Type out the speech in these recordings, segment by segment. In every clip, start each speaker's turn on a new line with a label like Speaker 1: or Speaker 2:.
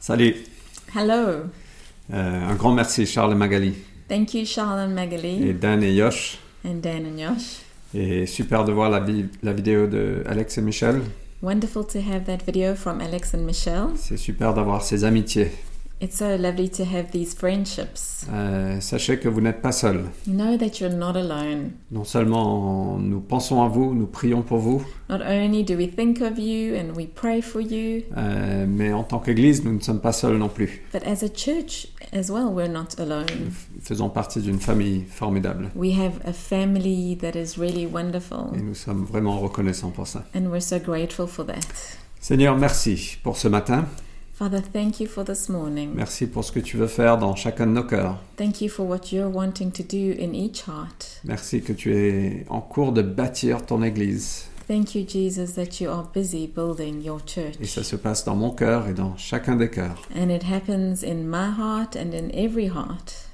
Speaker 1: Salut.
Speaker 2: Hello.
Speaker 1: Euh, un grand merci Charles et Magali
Speaker 2: Thank you, Charles and
Speaker 1: et
Speaker 2: Magali
Speaker 1: Dan et Yosh.
Speaker 2: and Dan and Yosh.
Speaker 1: Et super de voir la, vi- la vidéo de Alex et Michel.
Speaker 2: Wonderful to have that video from Alex and Michelle.
Speaker 1: C'est super d'avoir ces amitiés.
Speaker 2: It's so lovely to have these friendships.
Speaker 1: Euh, sachez que vous n'êtes pas seuls.
Speaker 2: Know that you're not alone.
Speaker 1: Non seulement nous pensons à vous, nous prions pour vous,
Speaker 2: Not only do we think of you and we pray for you,
Speaker 1: euh, mais en tant qu'Église, nous ne sommes pas seuls non plus.
Speaker 2: but as a church as well, we're not
Speaker 1: Nous
Speaker 2: alone.
Speaker 1: f- faisons partie d'une famille formidable
Speaker 2: We have a family that is really
Speaker 1: et
Speaker 2: wonderful,
Speaker 1: nous sommes vraiment reconnaissants pour ça.
Speaker 2: and we're so grateful for that.
Speaker 1: Seigneur, merci pour ce matin.
Speaker 2: Father, thank you for this morning.
Speaker 1: Merci pour ce que tu veux faire dans chacun de nos cœurs.
Speaker 2: Thank you for what you're wanting to do in each heart.
Speaker 1: Merci que tu es en cours de bâtir ton Église.
Speaker 2: Thank you, Jesus, that you are busy building your church.
Speaker 1: Et ça se passe dans mon cœur et dans chacun des cœurs.
Speaker 2: And it happens in my heart and in every heart.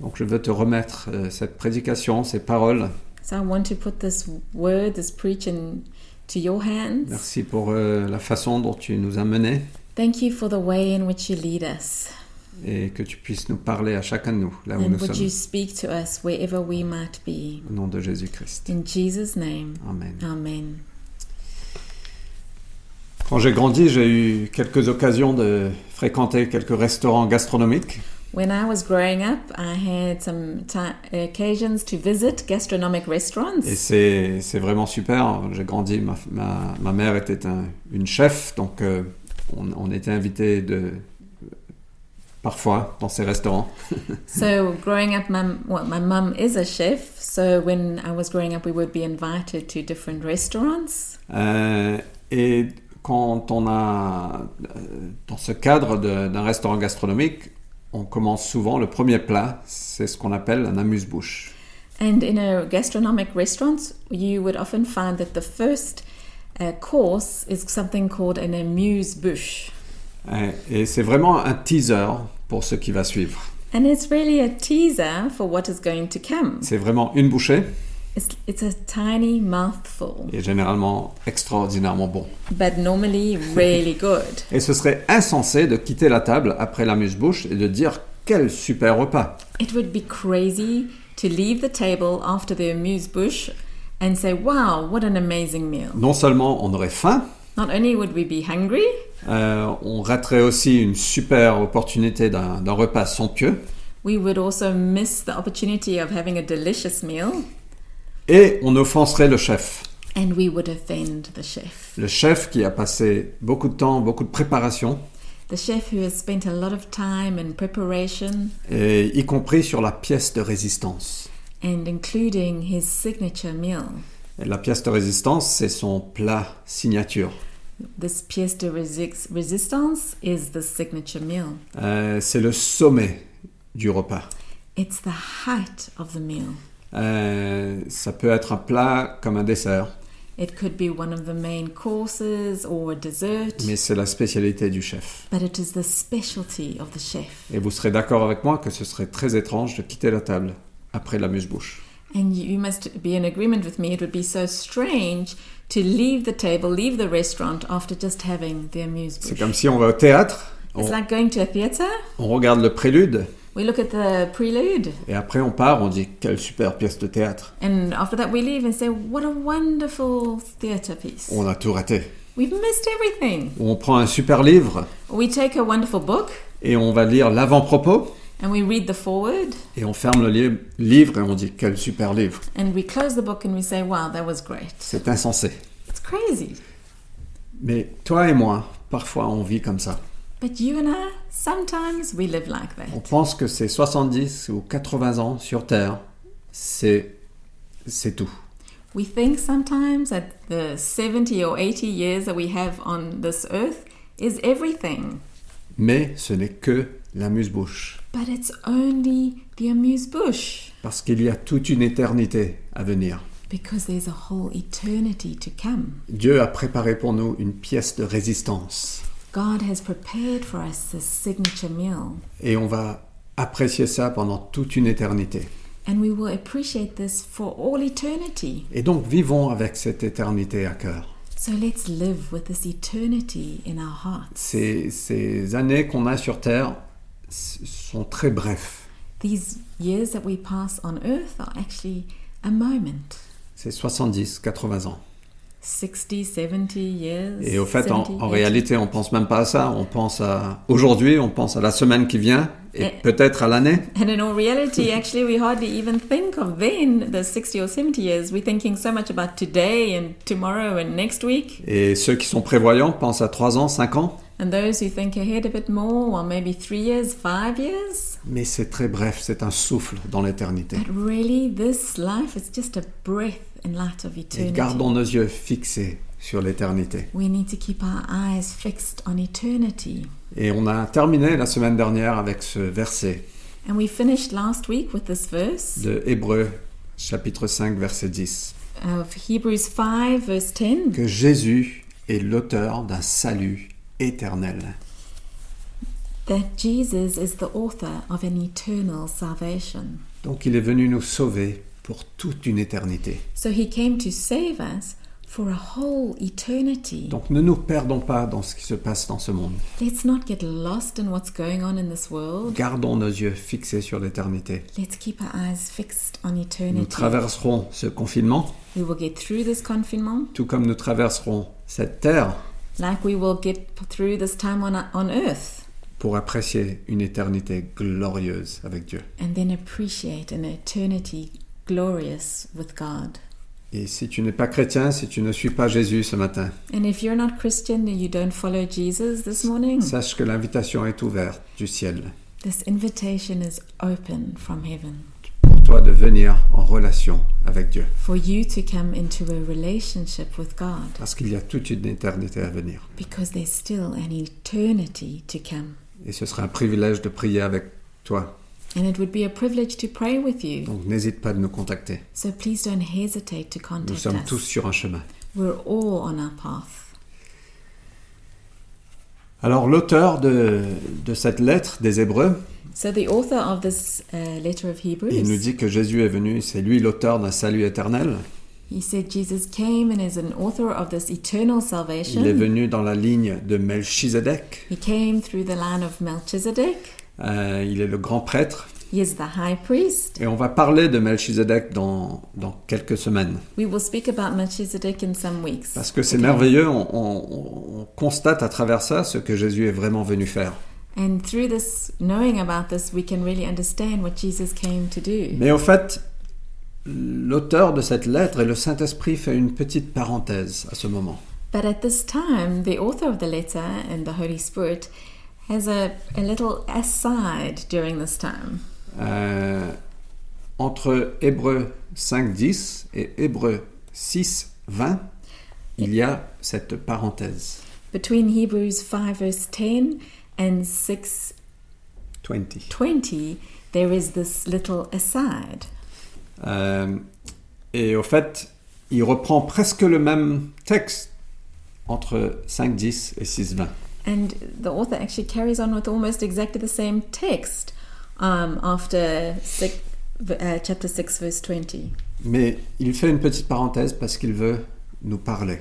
Speaker 1: Donc je veux te remettre euh, cette prédication, ces paroles.
Speaker 2: So I want to put this word, this preaching, to your hands.
Speaker 1: Merci pour euh, la façon dont tu nous as menés
Speaker 2: Thank you for the way in which you lead us.
Speaker 1: et que tu puisses nous parler à chacun de nous, là où
Speaker 2: and
Speaker 1: nous
Speaker 2: would
Speaker 1: sommes.
Speaker 2: you speak to us wherever we might be.
Speaker 1: Au nom de Jésus-Christ.
Speaker 2: In Jesus' name,
Speaker 1: Amen.
Speaker 2: Amen.
Speaker 1: Quand j'ai grandi, j'ai eu quelques occasions de fréquenter quelques restaurants gastronomiques.
Speaker 2: When I was growing up, I had some ti occasions to visit gastronomic restaurants.
Speaker 1: Et c'est c'est vraiment super. J'ai grandi, ma, ma- ma mère était un- une chef, donc euh, on, on était invité de, parfois dans ces restaurants.
Speaker 2: So growing up, my well, my mum is a chef. So when I was growing up, we would be invited to different restaurants.
Speaker 1: Euh, et quand on a, euh, dans ce cadre de- d'un restaurant gastronomique, on commence souvent, le premier plat, c'est ce qu'on appelle un amuse-bouche.
Speaker 2: And in a gastronomic restaurant, you would often find that the first uh, course is something called an amuse-bouche.
Speaker 1: Ouais, Euh, Et c'est vraiment un teaser pour ce qui va suivre.
Speaker 2: And it's really a teaser for what is going to come.
Speaker 1: C'est vraiment une bouchée
Speaker 2: It's, it's a tiny mouthful,
Speaker 1: et généralement extraordinairement bon.
Speaker 2: but normally really good.
Speaker 1: Et ce serait insensé de quitter la table après l'amuse-bouche et de dire quel super repas.
Speaker 2: It would be crazy to leave the table after the amuse-bouche and say, wow, what an amazing meal.
Speaker 1: Non seulement on aurait faim,
Speaker 2: Not only would we be hungry,
Speaker 1: euh, on raterait aussi une super opportunité d'un d'un repas somptueux
Speaker 2: we would also miss the opportunity of having a delicious meal,
Speaker 1: et on offenserait le chef.
Speaker 2: and we would offend the chef.
Speaker 1: Le chef qui a passé beaucoup de temps, beaucoup de préparation,
Speaker 2: The chef who has spent a lot of time in preparation
Speaker 1: et y compris sur la pièce de résistance.
Speaker 2: and including his signature meal.
Speaker 1: Et la pièce de résistance, c'est son plat signature.
Speaker 2: This pièce de resist- resistance is the signature meal.
Speaker 1: Euh, c'est le sommet du repas.
Speaker 2: It's the height of the meal.
Speaker 1: Euh, ça peut être un plat comme un dessert,
Speaker 2: It could be one of the main courses or a dessert,
Speaker 1: mais c'est la spécialité du chef.
Speaker 2: but it is the specialty of the chef.
Speaker 1: Et vous serez d'accord avec moi que ce serait très étrange de quitter la table après l'amuse-bouche.
Speaker 2: And you you must be in agreement with me, it would be so strange to leave the table, leave the restaurant after just having the amuse
Speaker 1: C'est
Speaker 2: bouche.
Speaker 1: comme si on va au théâtre, on,
Speaker 2: It's like going to a theatre.
Speaker 1: on regarde le prélude,
Speaker 2: We look at the prelude,
Speaker 1: et après on part, on dit quelle super pièce de théâtre.
Speaker 2: and after that we leave and say, What a wonderful theatre piece.
Speaker 1: On a tout raté.
Speaker 2: We've missed everything.
Speaker 1: Ou on prend un super livre,
Speaker 2: We take a wonderful book
Speaker 1: et on va lire l'avant-propos,
Speaker 2: and we read the foreword
Speaker 1: et on ferme le li- livre, et on dit quel super livre.
Speaker 2: and we close the book and we say, Wow, that was great.
Speaker 1: C'est insensé.
Speaker 2: It's crazy.
Speaker 1: Mais toi et moi, parfois on vit comme ça.
Speaker 2: But you and I, sometimes we live like
Speaker 1: On
Speaker 2: that.
Speaker 1: pense que ces 70 ou 80 ans sur Terre, c'est c'est tout.
Speaker 2: We think sometimes that the 70 or 80 years that we have on this earth is everything,
Speaker 1: Mais ce n'est que l'amuse-bouche,
Speaker 2: but it's only the amuse bush
Speaker 1: parce qu'il y a toute une éternité à venir.
Speaker 2: because there's a whole eternity to come.
Speaker 1: Dieu a préparé pour nous une pièce de résistance,
Speaker 2: God has prepared for us this signature meal,
Speaker 1: et on va apprécier ça pendant toute une éternité.
Speaker 2: and we will appreciate this for all eternity.
Speaker 1: Et donc vivons avec cette éternité à cœur.
Speaker 2: So let's live with this eternity in our hearts.
Speaker 1: Ces, ces années qu'on a sur Terre s- sont très brefs.
Speaker 2: These years that we pass on earth are actually a moment.
Speaker 1: C'est 70, 80 ans.
Speaker 2: 60, 70 years.
Speaker 1: Et au fait, en,
Speaker 2: 70,
Speaker 1: en
Speaker 2: 80.
Speaker 1: réalité, on pense même pas à ça. On pense à aujourd'hui, on pense à la semaine qui vient et
Speaker 2: Eh.
Speaker 1: peut-être à l'année.
Speaker 2: And in all reality, actually, we hardly even think of then, the 60 or 70 years. We're thinking so much about today and tomorrow and next week.
Speaker 1: Et ceux qui sont prévoyants pensent à 3 ans, 5 ans.
Speaker 2: And those who think ahead a bit more, well, maybe three years, five years.
Speaker 1: Mais c'est très bref, c'est un souffle dans l'éternité.
Speaker 2: But really, this life is just a breath in light of
Speaker 1: Et
Speaker 2: eternity.
Speaker 1: gardons nos yeux fixés sur l'éternité.
Speaker 2: We need to keep our eyes fixed on eternity.
Speaker 1: Et on a terminé la semaine dernière avec ce verset
Speaker 2: And we finished last week with this verse
Speaker 1: de Hébreux, chapitre 5, verset 10,
Speaker 2: of Hebrews 5, verse 10,
Speaker 1: que Jésus est l'auteur d'un salut éternel.
Speaker 2: that Jesus is the author of an eternal salvation.
Speaker 1: Donc il est venu nous sauver pour toute une éternité.
Speaker 2: So he came to save us for a whole eternity.
Speaker 1: Donc ne nous perdons pas dans ce qui se passe dans ce monde.
Speaker 2: Let's not get lost in what's going on in this world.
Speaker 1: Gardons nos yeux fixés sur l'éternité.
Speaker 2: Let's keep our eyes fixed on
Speaker 1: Nous
Speaker 2: eternity.
Speaker 1: traverserons ce confinement,
Speaker 2: We will get through this confinement
Speaker 1: tout comme nous traverserons cette terre,
Speaker 2: like we will get through this time on, on earth
Speaker 1: pour apprécier une éternité glorieuse avec Dieu.
Speaker 2: and then appreciate an eternity glorious with God.
Speaker 1: Et si tu n'es pas chrétien, si tu ne suis pas Jésus ce matin,
Speaker 2: And if you're not Christian and you don't follow Jesus this morning,
Speaker 1: sache que l'invitation est ouverte du ciel
Speaker 2: this invitation is open from heaven
Speaker 1: pour toi de venir en relation avec Dieu,
Speaker 2: for you to come into a relationship with God.
Speaker 1: parce qu'il y a toute une éternité à venir.
Speaker 2: Because there's still an eternity to come.
Speaker 1: Et ce sera un privilège de prier avec toi.
Speaker 2: And it would be a privilege to pray with you.
Speaker 1: Donc n'hésite pas de nous contacter.
Speaker 2: So please don't hesitate to
Speaker 1: Nous
Speaker 2: contact
Speaker 1: sommes tous
Speaker 2: us.
Speaker 1: sur un chemin.
Speaker 2: We're all on our path.
Speaker 1: Alors l'auteur de, de cette lettre des Hébreux,
Speaker 2: So the author of this uh, letter of
Speaker 1: il nous
Speaker 2: Hebrews,
Speaker 1: dit que Jésus est venu, c'est lui l'auteur d'un salut éternel.
Speaker 2: he said Jesus came and is an author of this eternal
Speaker 1: Il est
Speaker 2: salvation.
Speaker 1: venu dans la ligne de Melchizedek.
Speaker 2: He came through the line of Melchizedek.
Speaker 1: Euh, il est le grand prêtre.
Speaker 2: He is the high priest.
Speaker 1: Et on va parler de Melchizedek dans, dans quelques semaines.
Speaker 2: We will speak about Melchizedek in some weeks.
Speaker 1: Parce que c'est merveilleux, on, on- on constate à travers ça ce que Jésus est vraiment venu faire.
Speaker 2: And through this, knowing about this, we can really understand what Jesus came to do.
Speaker 1: Mais au fait, l'auteur de cette lettre et le Saint-Esprit fait une petite parenthèse à ce moment.
Speaker 2: But at this time, the author of the letter and the Holy Spirit has a, a little aside during this time.
Speaker 1: Euh, entre Hébreux 5, 10 et Hébreux 6, 20, il y a cette parenthèse.
Speaker 2: Between Hebrews 5 verse 10 and 6
Speaker 1: 20.
Speaker 2: 20, there is this little aside.
Speaker 1: Euh, et au fait, il reprend presque le même texte entre 5.10 et 6.20.
Speaker 2: And the author actually carries on with almost exactly the same text um, after six, uh, chapter 6 verse 20.
Speaker 1: Mais il fait une petite parenthèse parce qu'il veut nous parler.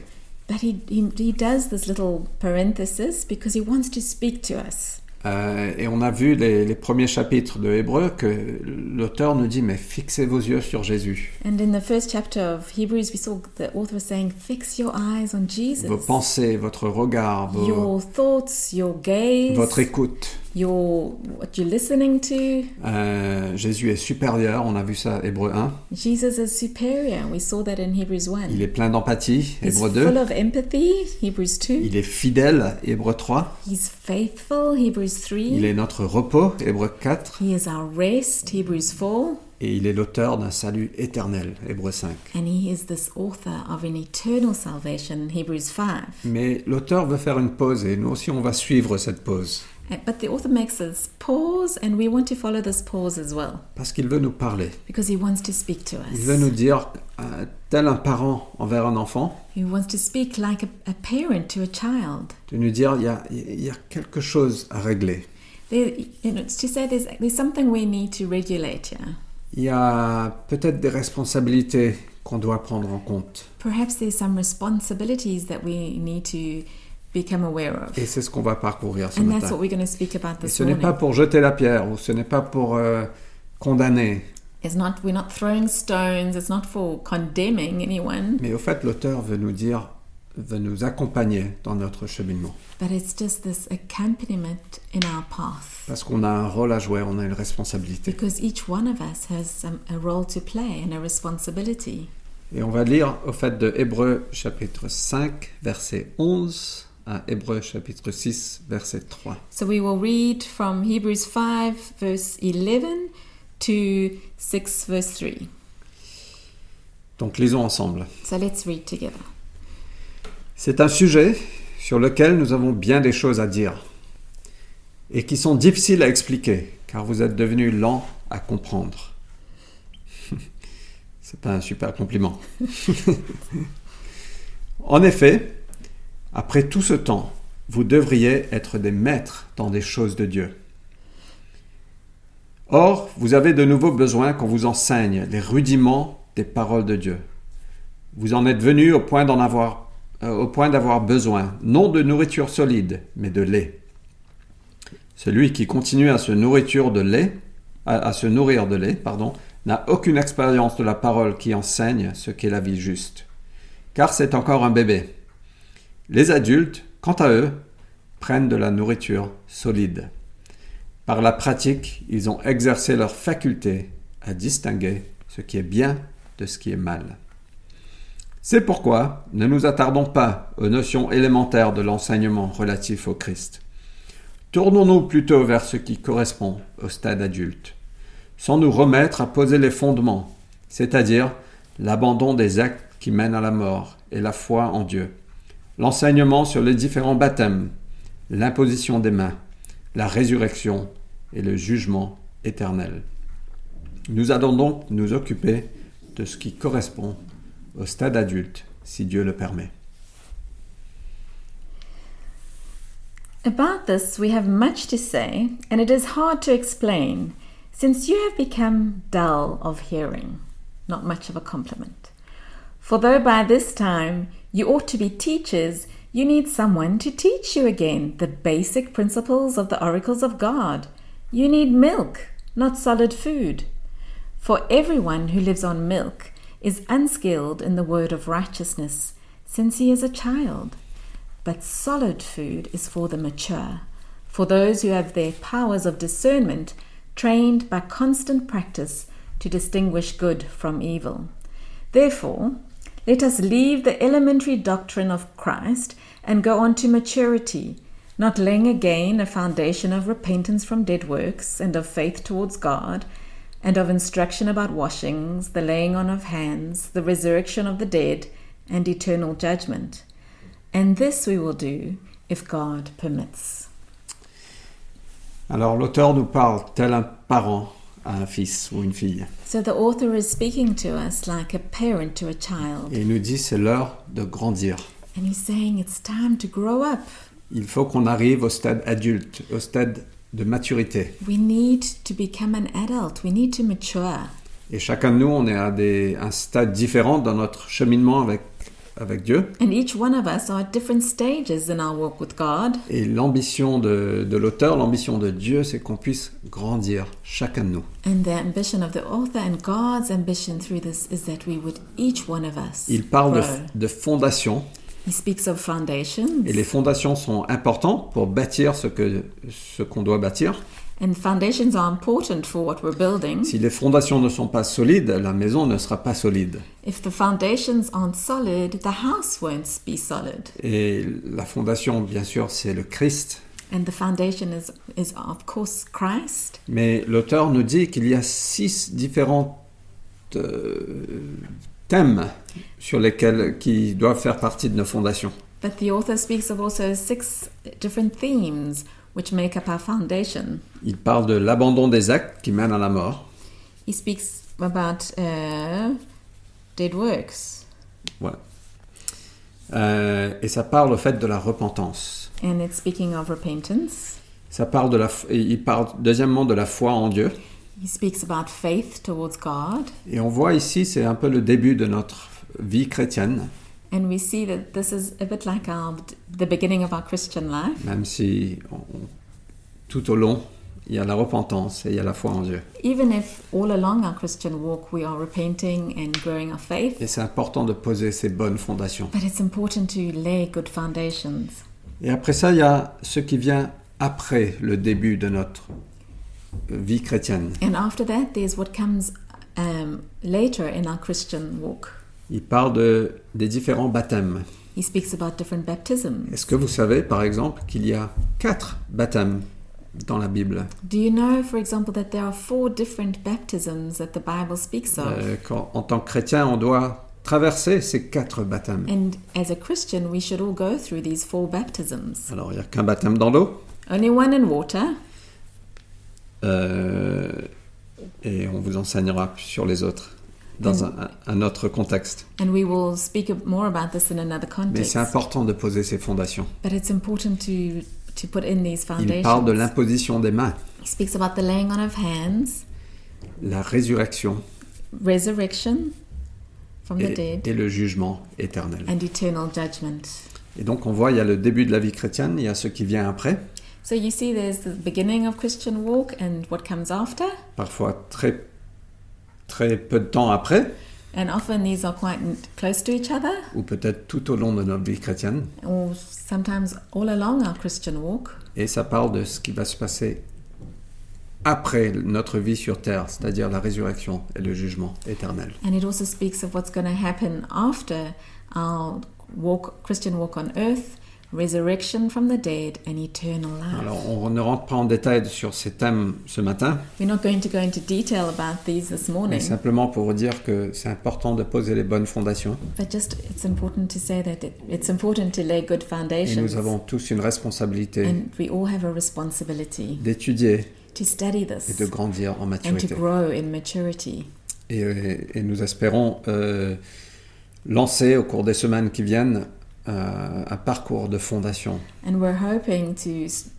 Speaker 2: But he, he, he does this little parenthesis because he wants to speak to us.
Speaker 1: Euh, et on a vu les, les premiers chapitres de Hébreu que l'auteur nous dit, mais fixez vos yeux sur Jésus.
Speaker 2: And in the first chapter of Hebrews, we saw the author was saying, Fix your eyes on Jesus.
Speaker 1: Vos pensées, votre regard, vos-
Speaker 2: Your thoughts, your gaze,
Speaker 1: votre écoute.
Speaker 2: your what you're listening to.
Speaker 1: Euh, Jésus est supérieur, on a vu ça Hébreu 1.
Speaker 2: Jesus is superior. We saw that in Hebrews 1.
Speaker 1: Il est plein d'empathie,
Speaker 2: He's
Speaker 1: Hébreu
Speaker 2: full
Speaker 1: 2.
Speaker 2: of empathy, Hebrews 2.
Speaker 1: Il est fidèle, Hébreu 3.
Speaker 2: He's faithful, Hebrews 3.
Speaker 1: Il est notre repos, Hébreu 4.
Speaker 2: He is our rest, Hebrews 4.
Speaker 1: Et il est l'auteur d'un salut éternel, Hébreu 5.
Speaker 2: And he is this author of an eternal salvation, Hebrews 5.
Speaker 1: Mais l'auteur veut faire une pause et nous aussi on va suivre cette pause
Speaker 2: Uh, But the author makes this pause, and we want to follow this pause as well.
Speaker 1: parce qu'il veut nous parler.
Speaker 2: Because he wants to speak to us.
Speaker 1: Il veut nous dire, euh, tel un parent envers un enfant,
Speaker 2: He wants to speak like a, a parent to a child.
Speaker 1: de nous dire il y a, il y a quelque chose à régler.
Speaker 2: There, you know, it's to say there's, there's something we need to regulate here.
Speaker 1: Il y a peut-être des responsabilités qu'on doit prendre en compte.
Speaker 2: Perhaps there's some responsibilities that we need to become aware of.
Speaker 1: Et c'est ce qu'on va parcourir ce
Speaker 2: And that's
Speaker 1: matin.
Speaker 2: what we're going to speak about
Speaker 1: Et
Speaker 2: this
Speaker 1: ce n'est
Speaker 2: morning.
Speaker 1: pas pour jeter la pierre ou ce n'est pas pour euh, condamner.
Speaker 2: It's not we're not throwing stones, it's not for condemning anyone,
Speaker 1: Mais au fait, l'auteur veut nous dire, veut nous accompagner dans notre cheminement.
Speaker 2: but it's just this accompaniment in our path.
Speaker 1: Parce qu'on a un rôle à jouer, on a une responsabilité.
Speaker 2: Because each one of us has um, a role to play and a responsibility.
Speaker 1: Et on va lire au fait de Hébreux chapitre 5, verset 11 à Hébreux chapitre 6, verset 3.
Speaker 2: So we will read from Hebrews 5, verse 11 to 6, verse 3.
Speaker 1: Donc lisons ensemble.
Speaker 2: So let's read together.
Speaker 1: C'est un sujet sur lequel nous avons bien des choses à dire et qui sont difficiles à expliquer car vous êtes devenus lents à comprendre. C'est pas un super compliment. en effet, après tout ce temps, vous devriez être des maîtres dans des choses de Dieu. Or, vous avez de nouveaux besoin qu'on vous enseigne les rudiments des paroles de Dieu. Vous en êtes venus au point d'en avoir euh, au point d'avoir besoin non de nourriture solide, mais de lait. Celui qui continue à se nourriture de lait, à, à se nourrir de lait, pardon, n'a aucune expérience de la parole qui enseigne ce qu'est la vie juste, car c'est encore un bébé. Les adultes, quant à eux, prennent de la nourriture solide. Par la pratique, ils ont exercé leur faculté à distinguer ce qui est bien de ce qui est mal. C'est pourquoi ne nous attardons pas aux notions élémentaires de l'enseignement relatif au Christ. Tournons-nous plutôt vers ce qui correspond au stade adulte, sans nous remettre à poser les fondements, c'est-à-dire l'abandon des actes qui mènent à la mort et la foi en Dieu, l'enseignement sur les différents baptêmes, l'imposition des mains, la résurrection et le jugement éternel. Nous allons donc nous occuper de ce qui correspond au stade adulte, si Dieu le permet.
Speaker 2: About this, we have much to say, and it is hard to explain, since you have become dull of hearing. Not much of a compliment. For though by this time you ought to be teachers, you need someone to teach you again the basic principles of the oracles of God. You need milk, not solid food. For everyone who lives on milk is unskilled in the word of righteousness, since he is a child. But solid food is for the mature, for those who have their powers of discernment trained by constant practice to distinguish good from evil. Therefore, let us leave the elementary doctrine of Christ and go on to maturity, not laying again a foundation of repentance from dead works and of faith towards God, and of instruction about washings, the laying on of hands, the resurrection of the dead, and eternal judgment. And this we will do if God permits.
Speaker 1: Alors l'auteur nous parle tel un parent à un fils ou une fille.
Speaker 2: So the author is speaking to us like a parent to a child,
Speaker 1: Et il nous dit c'est l'heure de grandir.
Speaker 2: and he's saying it's time to grow up.
Speaker 1: Il faut qu'on arrive au stade adulte, au stade de maturité.
Speaker 2: We need to become an adult, we need to mature.
Speaker 1: Et chacun de nous, on est à des- un stade différent dans notre cheminement avec, avec Dieu.
Speaker 2: And each one of us are at different stages in our walk with God.
Speaker 1: Et l'ambition de, de l'auteur, l'ambition de Dieu, c'est qu'on puisse grandir, chacun de nous.
Speaker 2: And the ambition of the author and God's ambition through this is that we would, each one of us,
Speaker 1: Il parle de,
Speaker 2: grow.
Speaker 1: de fondations
Speaker 2: He speaks of
Speaker 1: Et
Speaker 2: foundations,
Speaker 1: les fondations sont importantes pour bâtir ce que ce qu'on doit bâtir.
Speaker 2: and foundations are important for what we're building.
Speaker 1: Si les fondations ne sont pas solides, la maison ne sera pas solide.
Speaker 2: If the foundations aren't solid, the house won't be solid.
Speaker 1: Et la fondation, bien sûr, c'est le Christ.
Speaker 2: And the foundation is, is of course, Christ.
Speaker 1: Mais l'auteur nous dit qu'il y a six différents euh, thèmes sur lesquels qui doivent faire partie de nos fondations.
Speaker 2: But the author speaks of also six different themes which make up our foundation.
Speaker 1: Il parle de l'abandon des actes qui mènent à la mort.
Speaker 2: He speaks about uh, dead works,
Speaker 1: Voilà. Euh, et ça parle au fait de la repentance.
Speaker 2: and it's speaking of repentance.
Speaker 1: Ça parle de la, f- il parle deuxièmement de la foi en Dieu.
Speaker 2: He speaks about faith towards God,
Speaker 1: Et on voit ici, c'est un peu le début de notre vie chrétienne,
Speaker 2: and we see that this is a bit like our the beginning of our Christian life.
Speaker 1: même si on- on- tout au long, il y a la repentance et il y a la foi en Dieu.
Speaker 2: Even if all along our Christian walk we are repenting and growing our faith,
Speaker 1: Et c'est important de poser ces bonnes fondations.
Speaker 2: but it's important to lay good foundations.
Speaker 1: Et après ça, il y a ce qui vient après le début de notre vie chrétienne.
Speaker 2: And after that, there's what comes um, later in our Christian walk.
Speaker 1: Il parle de, des différents baptêmes.
Speaker 2: He speaks about different baptisms.
Speaker 1: Est-ce que vous savez, par exemple, qu'il y a quatre baptêmes dans la Bible
Speaker 2: Do you know, for example, that there are four different baptisms that the Bible speaks of?
Speaker 1: Euh, qu'en- En tant que chrétien, on doit traverser ces quatre baptêmes.
Speaker 2: And as a Christian, we should all go through these four baptisms.
Speaker 1: Alors, il n'y a qu'un baptême dans l'eau.
Speaker 2: Only one in water,
Speaker 1: euh, et on vous enseignera sur les autres dans un, un autre contexte.
Speaker 2: and we will speak ab- more about this in another
Speaker 1: Mais
Speaker 2: context.
Speaker 1: c'est important de poser ces fondations.
Speaker 2: But it's important to to put in these
Speaker 1: Il parle de
Speaker 2: foundations.
Speaker 1: l'imposition des mains,
Speaker 2: He speaks about the laying on of hands,
Speaker 1: la résurrection
Speaker 2: resurrection from the
Speaker 1: et,
Speaker 2: dead,
Speaker 1: et le jugement éternel.
Speaker 2: and eternal judgment.
Speaker 1: Et donc on voit, il y a le début de la vie chrétienne, il y a ce qui vient après,
Speaker 2: So you see, there's the beginning of Christian walk and what comes after,
Speaker 1: parfois très, très peu de temps après,
Speaker 2: and often these are quite n- close to each other,
Speaker 1: ou peut-être tout au long de notre vie chrétienne.
Speaker 2: or sometimes all along our Christian walk.
Speaker 1: Et ça parle de ce qui va se passer après notre vie sur terre, c'est-à-dire la résurrection et le jugement éternel.
Speaker 2: And it also speaks of what's going to happen after our walk, Christian walk on earth, resurrection from the dead, and eternal life.
Speaker 1: Alors on ne rentre pas en détail sur ces thèmes ce matin,
Speaker 2: We're not going to go into detail about these this
Speaker 1: mais
Speaker 2: morning,
Speaker 1: simplement pour vous dire que c'est important de poser les bonnes fondations.
Speaker 2: but just it's important to say that it, it's important to lay good
Speaker 1: Et
Speaker 2: foundations.
Speaker 1: nous avons tous une responsabilité
Speaker 2: And we all have a responsibility
Speaker 1: d'étudier
Speaker 2: to study
Speaker 1: et
Speaker 2: this
Speaker 1: de grandir en
Speaker 2: and to
Speaker 1: maturité.
Speaker 2: grow in maturity.
Speaker 1: Et, euh, et nous espérons euh, lancer au cours des semaines qui viennent euh, un parcours de fondation
Speaker 2: And we're hoping to,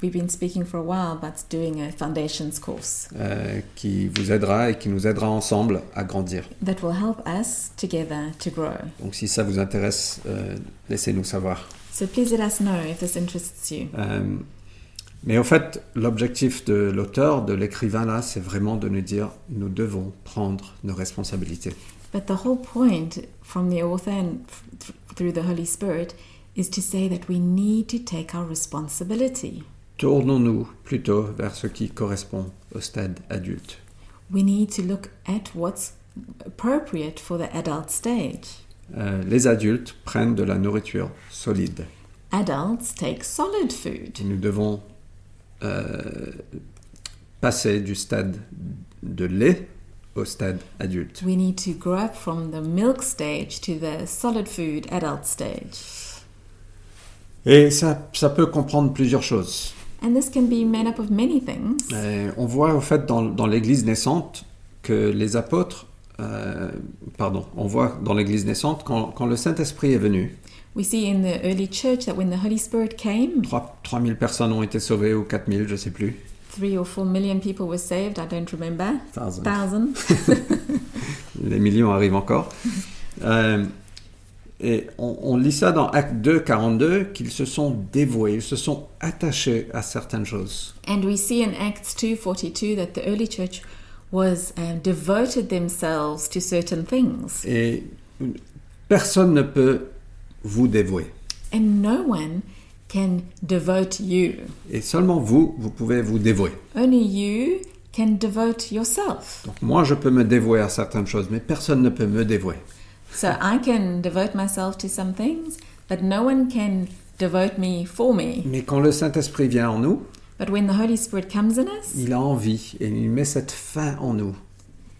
Speaker 2: we've been speaking for a while about doing a foundations course
Speaker 1: euh, qui vous aidera et qui nous aidera ensemble à grandir.
Speaker 2: that will help us together to grow.
Speaker 1: Donc si ça vous intéresse, euh, laissez-nous savoir.
Speaker 2: So please let us know if this interests you.
Speaker 1: Euh, mais au fait, l'objectif de l'auteur, de l'écrivain là, c'est vraiment de nous dire nous devons prendre nos responsabilités.
Speaker 2: But the whole point from the author and th- through the Holy Spirit is to say that we need to take our responsibility.
Speaker 1: Tournons-nous plutôt vers ce qui correspond au stade adulte.
Speaker 2: We need to look at what's appropriate for the adult stage.
Speaker 1: Euh, les adultes prennent de la nourriture solide.
Speaker 2: Adults take solid food.
Speaker 1: Et nous devons euh, passer du stade de lait au stade adulte.
Speaker 2: We need to grow up from the milk stage to the solid food adult stage.
Speaker 1: Et ça, ça peut comprendre plusieurs choses.
Speaker 2: And this can be made up of many things.
Speaker 1: Euh, on voit au fait dans, dans l'Église naissante que les apôtres, euh, pardon, on voit dans l'Église naissante quand, quand le Saint-Esprit est venu,
Speaker 2: We see in the early church that when the Holy Spirit came,
Speaker 1: 3, 3000 personnes ont été sauvées ou 4000, je sais plus.
Speaker 2: three or four million people were saved, I don't remember.
Speaker 1: Thousand.
Speaker 2: Thousand.
Speaker 1: Les millions arrivent encore. Euh, et on, on lit ça dans Acte 2, 42, qu'ils se sont dévoués, ils se sont attachés à certaines choses.
Speaker 2: And we see in Acts 2:42 that the early church was um, devoted themselves to certain things,
Speaker 1: Et personne ne peut vous dévouer.
Speaker 2: and no one can devote you.
Speaker 1: Et seulement vous, vous pouvez vous dévouer.
Speaker 2: Only you can devote yourself.
Speaker 1: Donc moi, je peux me dévouer à certaines choses, mais personne ne peut me dévouer.
Speaker 2: So I can devote myself to some things, but no one can devote me for me.
Speaker 1: Mais quand le Saint-Esprit vient en nous,
Speaker 2: But when the Holy Spirit comes in us,
Speaker 1: il a envie et il met cette fin en nous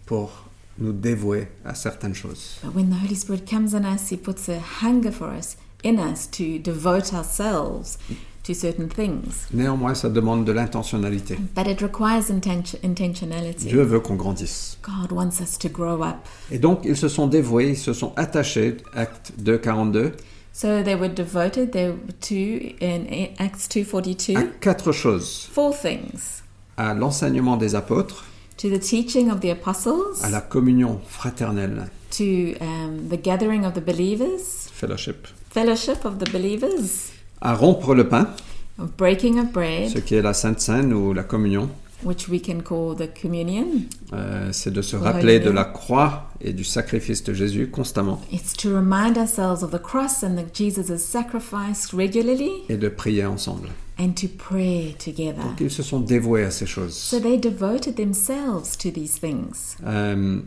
Speaker 1: pour nous dévouer à certaines choses.
Speaker 2: but when the Holy Spirit comes in us, he puts a hunger for us in us to devote ourselves to certain things.
Speaker 1: Néanmoins, ça demande de l'intentionnalité.
Speaker 2: But it requires intention, intentionality.
Speaker 1: Dieu veut qu'on grandisse.
Speaker 2: God wants us to grow up.
Speaker 1: Et donc, ils se sont dévoués, ils se sont attachés, acte 2, 42,
Speaker 2: So they were devoted they were to in Acts
Speaker 1: à
Speaker 2: 2:42
Speaker 1: quatre choses.
Speaker 2: four things.
Speaker 1: À l'enseignement des apôtres,
Speaker 2: to the teaching of the apostles,
Speaker 1: à la communion fraternelle,
Speaker 2: to um, the gathering of the believers,
Speaker 1: fellowship,
Speaker 2: fellowship of the believers,
Speaker 1: à rompre le pain,
Speaker 2: of breaking of
Speaker 1: ce
Speaker 2: bread,
Speaker 1: qui est la Sainte Seine ou la communion.
Speaker 2: which we can call the communion.
Speaker 1: Euh, c'est de se
Speaker 2: Pour
Speaker 1: rappeler de
Speaker 2: relever.
Speaker 1: la croix et du sacrifice de Jésus constamment
Speaker 2: It's to remind ourselves of the cross and that Jesus is sacrificed regularly
Speaker 1: et de prier ensemble.
Speaker 2: and to pray together.
Speaker 1: Donc ils se sont dévoués à ces choses.
Speaker 2: So they devoted themselves to these things.
Speaker 1: Euh,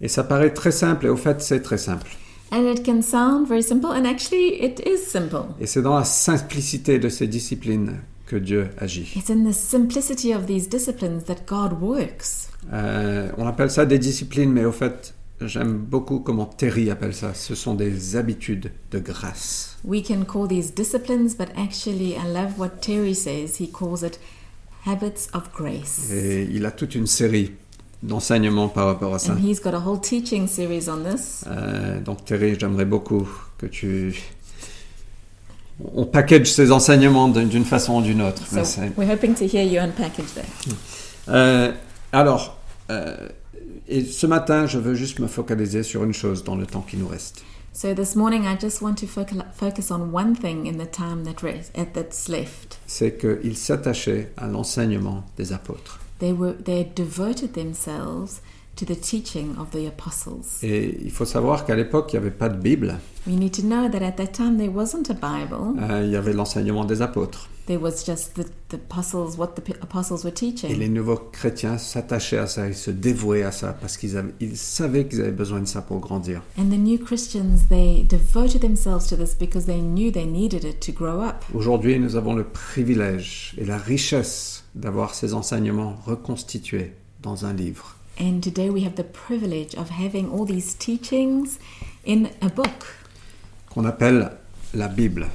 Speaker 1: et ça paraît très simple et au fait c'est très simple.
Speaker 2: And it can sound very simple, and actually, it is simple.
Speaker 1: Et c'est dans la simplicité de ces disciplines que Dieu agit.
Speaker 2: It's in the simplicity of these disciplines that God works.
Speaker 1: Euh, on appelle ça des disciplines, mais au fait, j'aime beaucoup comment Terry appelle ça. Ce sont des habitudes de grâce.
Speaker 2: We can call these disciplines, but actually, I love what Terry says. He calls it habits of grace.
Speaker 1: Et il a toute une série d'enseignements par rapport à ça.
Speaker 2: And he's got a whole teaching series on this.
Speaker 1: Euh, donc Terry, j'aimerais beaucoup que tu... On package ces enseignements d'une d'une façon ou d'une autre. mais
Speaker 2: So
Speaker 1: c'est-
Speaker 2: we're hoping to hear you unpackage that.
Speaker 1: Euh, alors, euh, et ce matin, je veux juste me focaliser sur une chose dans le temps qui nous reste.
Speaker 2: So this morning, I just want to focal- focus on one thing in the time that res- eh, that's left.
Speaker 1: c'est qu'ils s'attachaient à l'enseignement des apôtres.
Speaker 2: They were they devoted themselves to the teaching of the apostles.
Speaker 1: Et il faut savoir qu'à l'époque, il n'y avait pas de Bible,
Speaker 2: We need to know that at that time there wasn't a Bible.
Speaker 1: Euh, il y avait l'enseignement des apôtres.
Speaker 2: There was just the, the apostles, what the p- apostles were
Speaker 1: Et
Speaker 2: teaching.
Speaker 1: les nouveaux chrétiens s'attachaient à ça, ils se dévouaient à ça, parce qu'ils avaient- ils savaient qu'ils avaient besoin de ça pour grandir.
Speaker 2: And the new Christians, they devoted themselves to this because they knew they needed it to grow up.
Speaker 1: Aujourd'hui, nous avons le privilège et la richesse d'avoir ces enseignements reconstitués dans un livre.
Speaker 2: And today we have the privilege of having all these teachings in a book
Speaker 1: qu'on appelle la Bible.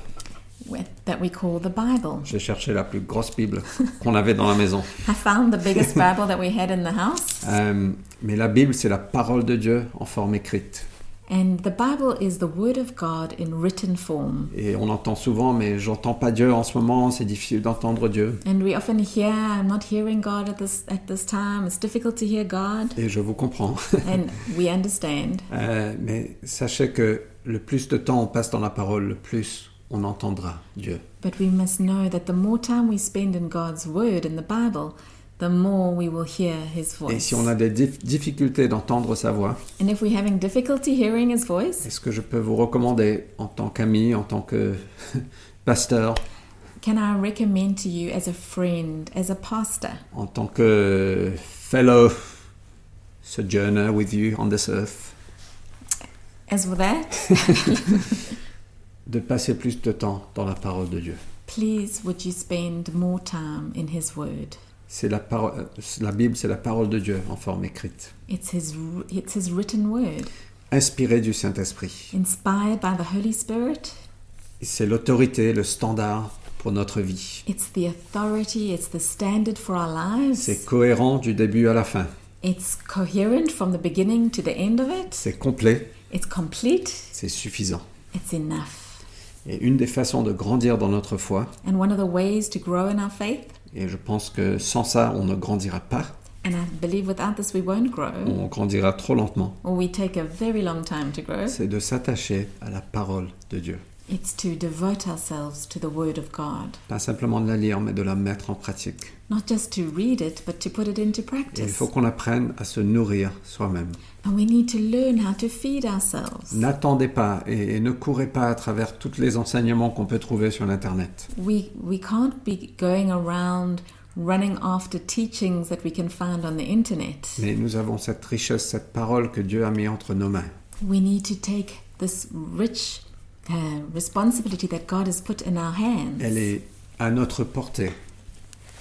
Speaker 2: with, that we call the Bible.
Speaker 1: J'ai cherché la plus grosse Bible qu'on avait dans la maison.
Speaker 2: I found the biggest Bible that we had in the house.
Speaker 1: Euh, mais la Bible, c'est la parole de Dieu en forme écrite.
Speaker 2: And the Bible is the Word of God in written form.
Speaker 1: Et on entend souvent, mais j'entends pas Dieu en ce moment, c'est difficile d'entendre Dieu.
Speaker 2: And we often hear, I'm not hearing God at this, at this time, it's difficult to hear God.
Speaker 1: Et je vous comprends.
Speaker 2: And we understand.
Speaker 1: Euh, mais sachez que le plus de temps on passe dans la parole, le plus on entendra Dieu.
Speaker 2: But we must know that the more time we spend in God's Word, in the Bible, the more we will hear His
Speaker 1: Et
Speaker 2: voice.
Speaker 1: si on a des dif- difficultés d'entendre sa voix,
Speaker 2: And if we're having difficulty hearing His voice,
Speaker 1: est-ce que je peux vous recommander en tant qu'ami, en tant que pasteur,
Speaker 2: can I recommend to you as a friend, as a pastor,
Speaker 1: en tant que fellow sojourner with you on this earth,
Speaker 2: as with that,
Speaker 1: de passer plus de temps dans la parole de Dieu
Speaker 2: please would you spend more time in His Word?
Speaker 1: c'est la, paro- euh, la Bible, c'est la parole de Dieu en forme écrite.
Speaker 2: It's His, wr- it's his written Word,
Speaker 1: inspiré du Saint-Esprit.
Speaker 2: inspired by the Holy Spirit.
Speaker 1: C'est l'autorité, le standard pour notre vie.
Speaker 2: It's the authority, it's the standard for our
Speaker 1: C'est
Speaker 2: lives.
Speaker 1: cohérent du début à la fin.
Speaker 2: It's coherent from the beginning to the end of it.
Speaker 1: C'est complet,
Speaker 2: It's complete.
Speaker 1: c'est suffisant.
Speaker 2: It's enough.
Speaker 1: Et une des façons de grandir dans notre foi,
Speaker 2: And one of the ways to grow in our faith,
Speaker 1: et je pense que sans ça, on ne grandira pas,
Speaker 2: and I believe without this we won't grow,
Speaker 1: on grandira trop lentement,
Speaker 2: or we take a very long time to grow,
Speaker 1: c'est de s'attacher à la parole de Dieu.
Speaker 2: it's to devote ourselves to the Word of God.
Speaker 1: Pas simplement de la lire, mais de la mettre en pratique.
Speaker 2: Not just to read it, but to put it into
Speaker 1: Et il
Speaker 2: practice.
Speaker 1: faut qu'on apprenne à se nourrir soi-même.
Speaker 2: And we need to learn how to feed ourselves.
Speaker 1: N'attendez pas et, et ne courez pas à travers tous les enseignements qu'on peut trouver sur l'Internet.
Speaker 2: We, we can't be going around running after teachings that we can find on the internet.
Speaker 1: Mais nous avons cette richesse, cette parole que Dieu a mis entre nos mains.
Speaker 2: We need to take this rich uh, responsibility that God has put in our hands.
Speaker 1: Elle est à notre portée.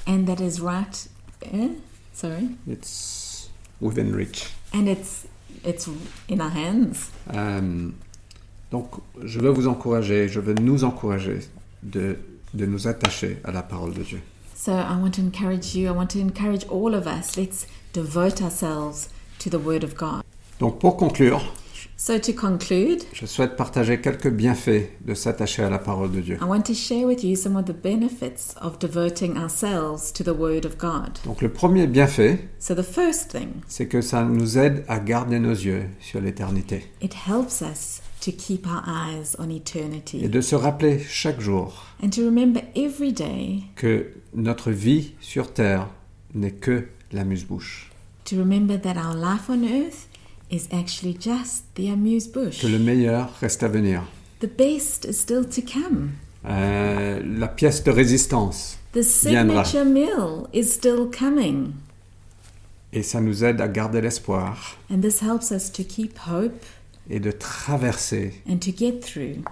Speaker 2: and that is right eh? sorry
Speaker 1: It's within reach.
Speaker 2: and it's it's in our hands
Speaker 1: Euh, donc, je veux vous encourager, je veux nous encourager de, de nous attacher à la parole de Dieu.
Speaker 2: so i want to encourage you i want to encourage all of us let's devote ourselves to the word of god
Speaker 1: Donc, pour conclure,
Speaker 2: So, to conclude,
Speaker 1: Je souhaite partager quelques bienfaits de s'attacher à la parole de Dieu.
Speaker 2: I want to share with you some of the benefits of devoting ourselves to the Word of God.
Speaker 1: Donc le premier bienfait,
Speaker 2: So, the first thing,
Speaker 1: c'est que ça nous aide à garder nos yeux sur l'éternité
Speaker 2: it helps us to keep our eyes on
Speaker 1: et
Speaker 2: eternity
Speaker 1: de se rappeler chaque jour
Speaker 2: and to remember every day
Speaker 1: que notre vie sur terre n'est que l'amuse-bouche,
Speaker 2: to remember that our life on earth is actually just the amuse bush.
Speaker 1: que le meilleur reste à venir.
Speaker 2: The best is still to come.
Speaker 1: Euh, la pièce de résistance
Speaker 2: The
Speaker 1: Viendra.
Speaker 2: signature meal is still coming.
Speaker 1: et ça nous aide à garder l'espoir
Speaker 2: And this helps us to keep hope
Speaker 1: et de traverser
Speaker 2: and to get through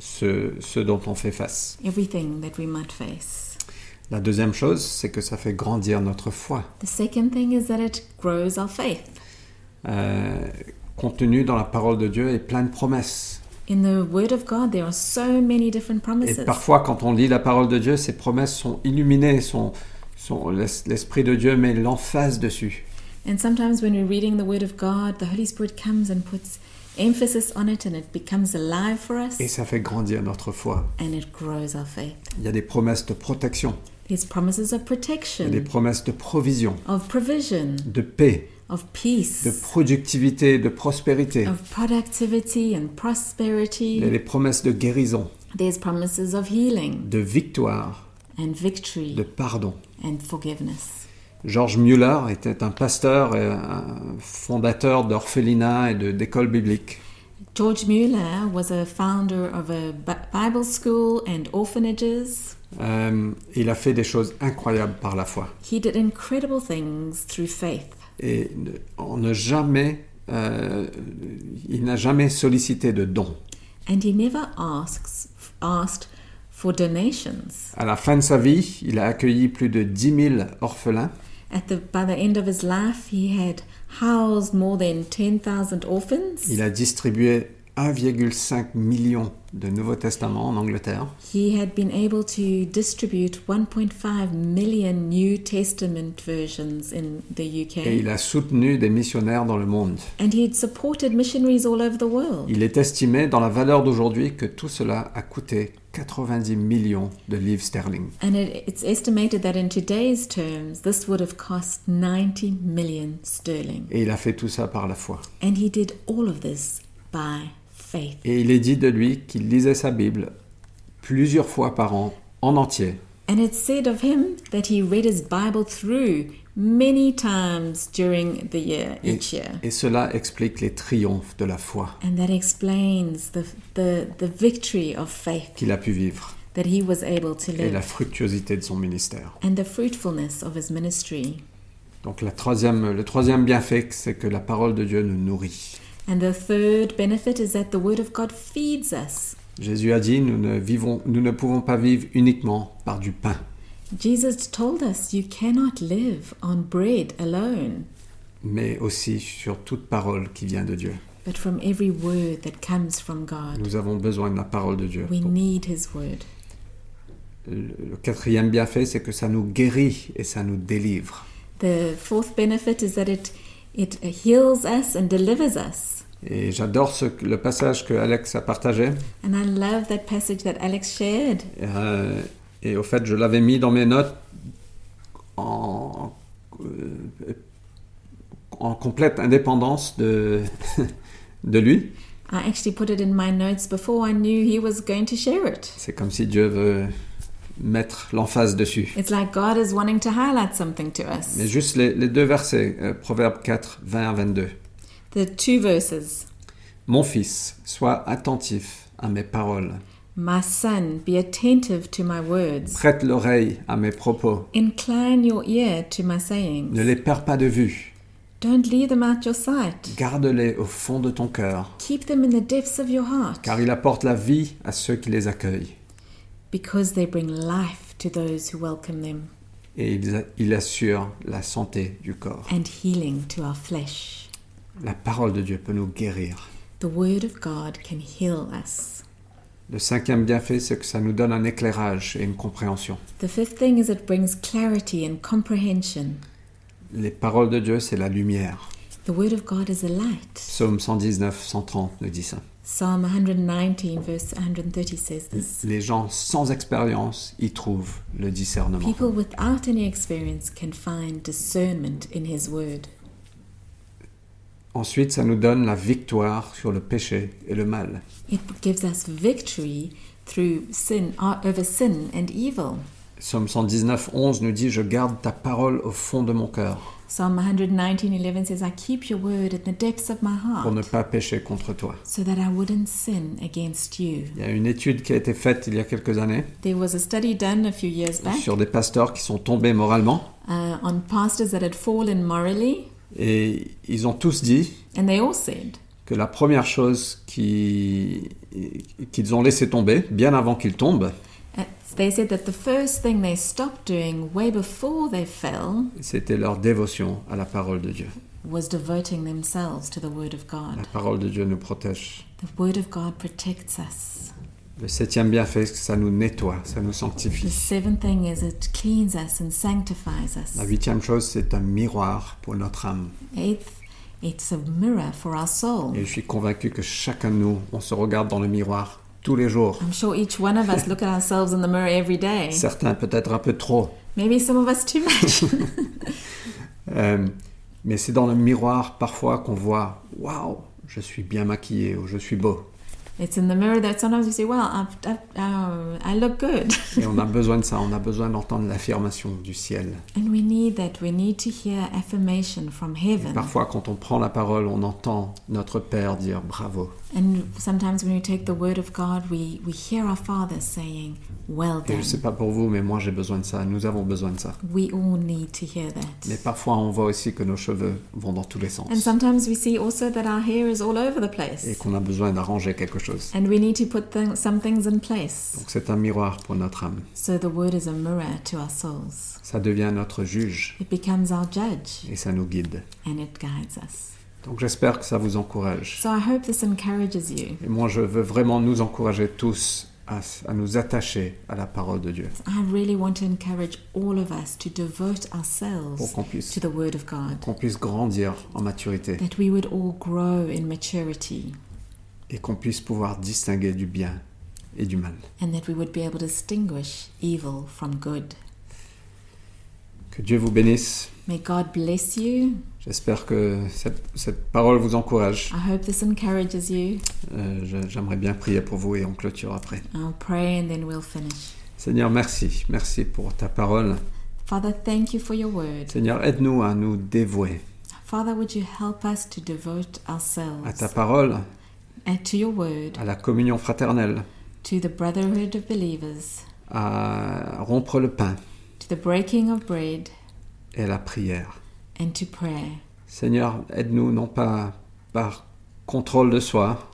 Speaker 1: ce, ce dont on fait face.
Speaker 2: everything that we might face.
Speaker 1: La deuxième chose, c'est que ça fait grandir notre foi.
Speaker 2: The second thing is that it grows our faith.
Speaker 1: Euh, contenu dans la parole de Dieu est plein de promesses.
Speaker 2: In the Word of God, there are so many different
Speaker 1: Et
Speaker 2: promises.
Speaker 1: parfois, quand on lit la parole de Dieu, ces promesses sont illuminées, sont, sont- l'es- l'Esprit de Dieu met l'emphase dessus.
Speaker 2: And sometimes when we're reading the Word of God, the Holy Spirit comes and puts emphasis on it and it becomes alive for us
Speaker 1: Et ça fait grandir notre foi.
Speaker 2: and it grows our faith.
Speaker 1: Il y a des promesses de protection,
Speaker 2: There's
Speaker 1: il
Speaker 2: promises of
Speaker 1: y a des
Speaker 2: protection,
Speaker 1: promesses de provision,
Speaker 2: of provision,
Speaker 1: de paix,
Speaker 2: of
Speaker 1: de
Speaker 2: peace,
Speaker 1: productivité, de prospérité.
Speaker 2: of productivity and
Speaker 1: Il y a
Speaker 2: prosperity.
Speaker 1: des promesses de guérison,
Speaker 2: There's promises of healing
Speaker 1: de victoire,
Speaker 2: and victory
Speaker 1: de pardon.
Speaker 2: and forgiveness.
Speaker 1: George Muller était un pasteur et un fondateur d'orphelinats et de- d'écoles bibliques.
Speaker 2: George Mueller was a founder of a Bi- Bible school and orphanages.
Speaker 1: Euh, il a fait des choses incroyables par la foi.
Speaker 2: He did incredible things through faith.
Speaker 1: Et ne- on ne jamais, euh, il n'a jamais sollicité de dons.
Speaker 2: And he never asks asked for donations.
Speaker 1: À la fin de sa vie, il a accueilli plus de 10 000 orphelins
Speaker 2: At the by the end of his life, he had housed more than 10,000 orphans.
Speaker 1: Il a distribué 1,5 million de Nouveaux Testaments en Angleterre.
Speaker 2: He had been able to distribute 1.5 million New Testament versions in the
Speaker 1: Et
Speaker 2: UK.
Speaker 1: il a soutenu des missionnaires dans le monde.
Speaker 2: And he had supported missionaries all over the world.
Speaker 1: Il est estimé dans la valeur d'aujourd'hui que tout cela a coûté 90 millions de livres sterling.
Speaker 2: And it, it's estimated that in today's terms, this would have cost 90 million sterling.
Speaker 1: Et il a fait tout ça par la foi.
Speaker 2: And he did all of this by faith.
Speaker 1: Et il est dit de lui qu'il lisait sa Bible plusieurs fois par an en entier
Speaker 2: And it's said of him that he read his Bible through many times during the year,
Speaker 1: Et,
Speaker 2: each year.
Speaker 1: et cela explique les triomphes de la foi
Speaker 2: And that explains the, the, the victory of faith.
Speaker 1: qu'il a pu vivre
Speaker 2: that he was able to
Speaker 1: et la
Speaker 2: live
Speaker 1: fructuosité de son ministère.
Speaker 2: and the fruitfulness of his ministry.
Speaker 1: Donc la troisième, le troisième bienfait, c'est que la parole de Dieu nous nourrit.
Speaker 2: And the third benefit is that the Word of God feeds us.
Speaker 1: Jésus a dit, nous ne, vivons, nous ne pouvons pas vivre uniquement par du pain.
Speaker 2: Jesus told us you cannot live on bread alone,
Speaker 1: mais aussi sur toute parole qui vient de Dieu.
Speaker 2: but from every word that comes from God.
Speaker 1: Nous avons besoin de la parole de Dieu.
Speaker 2: We need his word.
Speaker 1: Le le quatrième bienfait, c'est que ça nous guérit et ça nous délivre.
Speaker 2: The fourth benefit is that it it heals us and delivers us.
Speaker 1: Et j'adore ce que- le passage que Alex a partagé.
Speaker 2: And I love that passage that Alex shared.
Speaker 1: Euh, et au fait, je l'avais mis dans mes notes en, euh, en complète indépendance de, de lui.
Speaker 2: I actually put it in my notes before I knew he was going to share it.
Speaker 1: C'est comme si Dieu veut mettre l'emphase dessus.
Speaker 2: It's like God is wanting to highlight something to us.
Speaker 1: Mais juste les, les deux versets, euh, Proverbe 4, 20 à 22.
Speaker 2: The two verses
Speaker 1: Mon fils, sois attentif à mes paroles,
Speaker 2: My son, be attentive to my words,
Speaker 1: prête l'oreille à mes propos,
Speaker 2: incline your ear to my sayings.
Speaker 1: ne les perds pas de vue,
Speaker 2: Don't leave them out your sight,
Speaker 1: garde-les au fond de ton cœur,
Speaker 2: keep them in the depths of your heart,
Speaker 1: car il apporte la vie à ceux qui les accueillent,
Speaker 2: because they bring life to those who welcome them
Speaker 1: et il, il assure la santé du corps.
Speaker 2: and healing to our flesh.
Speaker 1: La parole de Dieu peut nous guérir.
Speaker 2: The word of God can heal us.
Speaker 1: Le cinquième bienfait, c'est que ça nous donne un éclairage et une compréhension.
Speaker 2: The fifth thing is it brings clarity and comprehension.
Speaker 1: Les paroles de Dieu, c'est la lumière.
Speaker 2: The Word of God is a light.
Speaker 1: Psaume 119, 130 nous dit ça.
Speaker 2: Psalm 119, verse 130 says this
Speaker 1: Les gens sans expérience y trouvent le discernement.
Speaker 2: People without any experience can find discernment in His Word.
Speaker 1: Ensuite, ça nous donne la victoire sur le péché et le mal.
Speaker 2: It gives us victory through sin, uh, over sin and evil.
Speaker 1: Psaume 119, 11 nous dit Je garde ta parole au fond de mon cœur
Speaker 2: Psalm 119:11 says, "I keep your word in the depths of my
Speaker 1: pour ne
Speaker 2: heart,
Speaker 1: pas pécher contre toi.
Speaker 2: so that I wouldn't sin against you."
Speaker 1: Il y a une étude qui a été faite il y a quelques années
Speaker 2: There was a study done a few years back
Speaker 1: sur des pasteurs qui sont tombés moralement
Speaker 2: uh, on pastors that had fallen morally,
Speaker 1: et ils ont tous dit
Speaker 2: and they all said
Speaker 1: que la première chose qui- qu'ils ont laissé tomber, bien avant qu'ils tombent,
Speaker 2: uh, they said that the first thing they stopped doing way before they fell
Speaker 1: c'était leur dévotion à la parole de Dieu.
Speaker 2: was devoting themselves to the word of
Speaker 1: La
Speaker 2: God.
Speaker 1: parole de Dieu nous protège.
Speaker 2: The word of God protects us.
Speaker 1: Le septième bienfait, c'est que ça nous nettoie, ça nous
Speaker 2: The
Speaker 1: sanctifie.
Speaker 2: seventh thing is it cleans us and sanctifies us.
Speaker 1: La huitième chose, c'est un miroir pour notre âme.
Speaker 2: Eighth, it's a mirror for our soul.
Speaker 1: Et je suis convaincu que chacun de nous, on se regarde dans le miroir tous les jours.
Speaker 2: I'm sure each one of us look at ourselves in the mirror every day.
Speaker 1: Certains peut-être un peu trop,
Speaker 2: Maybe some of us too much.
Speaker 1: Euh, mais c'est dans le miroir parfois qu'on voit Waouh, je suis bien maquillé ou je suis beau.
Speaker 2: it's in the mirror that sometimes we say, "Well, I've, I've, um, I look good,"
Speaker 1: Et on a besoin de ça, on a besoin d'entendre l'affirmation du ciel.
Speaker 2: and we need that. We need to hear affirmation from heaven.
Speaker 1: Parfois, quand on prend la parole, on entend notre Père dire bravo.
Speaker 2: And sometimes when we take the word of God, we we hear our Father saying, "Well
Speaker 1: Et je
Speaker 2: done."
Speaker 1: sais pas pour vous, mais moi j'ai besoin de ça, nous avons besoin de ça.
Speaker 2: We all need to hear that.
Speaker 1: Mais parfois, on voit aussi que nos cheveux vont dans tous les sens
Speaker 2: And sometimes we see also that our hair is all over the
Speaker 1: et
Speaker 2: place,
Speaker 1: qu'on a besoin d'arranger quelque chose.
Speaker 2: and we need to put th- some things in place.
Speaker 1: Donc, c'est un miroir pour notre âme.
Speaker 2: So the word is a mirror to our souls.
Speaker 1: Ça devient notre juge
Speaker 2: It becomes our judge,
Speaker 1: et ça nous guide.
Speaker 2: and it guides us.
Speaker 1: Donc, j'espère que ça vous encourage.
Speaker 2: So I hope this encourages you.
Speaker 1: Et moi, je veux vraiment nous encourager tous à, à nous attacher à la parole de Dieu
Speaker 2: I really want to encourage all of us to devote
Speaker 1: pour
Speaker 2: ourselves
Speaker 1: qu'on puisse,
Speaker 2: to the Word of God,
Speaker 1: qu'on puisse grandir en maturité
Speaker 2: that we would all grow in maturity,
Speaker 1: et qu'on puisse pouvoir distinguer du bien et du mal.
Speaker 2: and that we would be able to distinguish evil from good.
Speaker 1: Que Dieu vous bénisse.
Speaker 2: May God bless you.
Speaker 1: J'espère que cette, cette parole vous encourage.
Speaker 2: I hope this encourages you.
Speaker 1: Euh, je- J'aimerais bien prier pour vous et on clôture après.
Speaker 2: I'll pray and then we'll finish.
Speaker 1: Seigneur, merci. Merci pour ta parole.
Speaker 2: Father, thank you for your word.
Speaker 1: Seigneur, aide-nous à nous dévouer
Speaker 2: Father, would you help us to devote
Speaker 1: à ta
Speaker 2: ourselves
Speaker 1: parole,
Speaker 2: and to your word,
Speaker 1: à la communion fraternelle,
Speaker 2: to the brotherhood of believers,
Speaker 1: à rompre le pain
Speaker 2: to the breaking of bread,
Speaker 1: et à la prière.
Speaker 2: and to prayer.
Speaker 1: Seigneur, aide-nous non pas par contrôle de soi,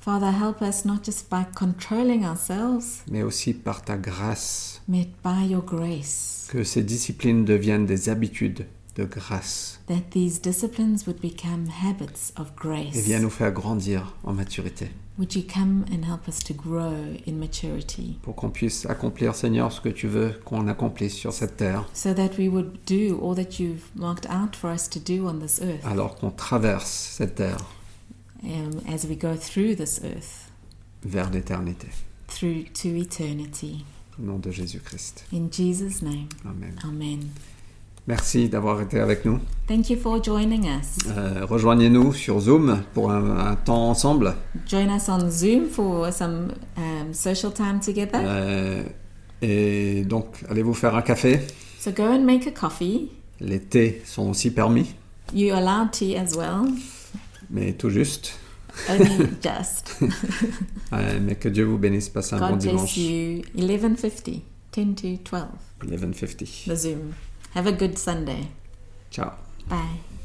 Speaker 2: Father, help us not just by controlling ourselves,
Speaker 1: mais aussi par ta grâce.
Speaker 2: but by your grace,
Speaker 1: Que ces disciplines deviennent des habitudes de grâce
Speaker 2: that these disciplines would become habits of
Speaker 1: et
Speaker 2: grace.
Speaker 1: viens nous faire grandir en maturité
Speaker 2: Would you come and help us to grow in maturity
Speaker 1: pour qu'on puisse accomplir, Seigneur, ce que tu veux qu'on accomplisse sur cette terre
Speaker 2: so that we would do all that you've marked out for us to do on this earth
Speaker 1: alors qu'on traverse cette terre
Speaker 2: um, as we go through this earth,
Speaker 1: vers l'éternité.
Speaker 2: through to eternity.
Speaker 1: Au nom de Jésus-Christ.
Speaker 2: In Jesus' name,
Speaker 1: Amen.
Speaker 2: Amen.
Speaker 1: Merci d'avoir été avec nous.
Speaker 2: Thank you for joining us.
Speaker 1: Euh, Rejoignez-nous sur Zoom pour un, un temps ensemble.
Speaker 2: Join us on Zoom for some um, social time together.
Speaker 1: Euh, et donc, allez vous faire un café.
Speaker 2: So go and make a coffee.
Speaker 1: Les thés sont aussi permis,
Speaker 2: You allow tea as well,
Speaker 1: mais tout juste.
Speaker 2: only just.
Speaker 1: Euh, mais que Dieu vous bénisse. Passez un bon
Speaker 2: God bless
Speaker 1: dimanche.
Speaker 2: you. 11.50, 10 to 12,
Speaker 1: 11.50.
Speaker 2: the Zoom. Have a good Sunday.
Speaker 1: Ciao.
Speaker 2: Bye.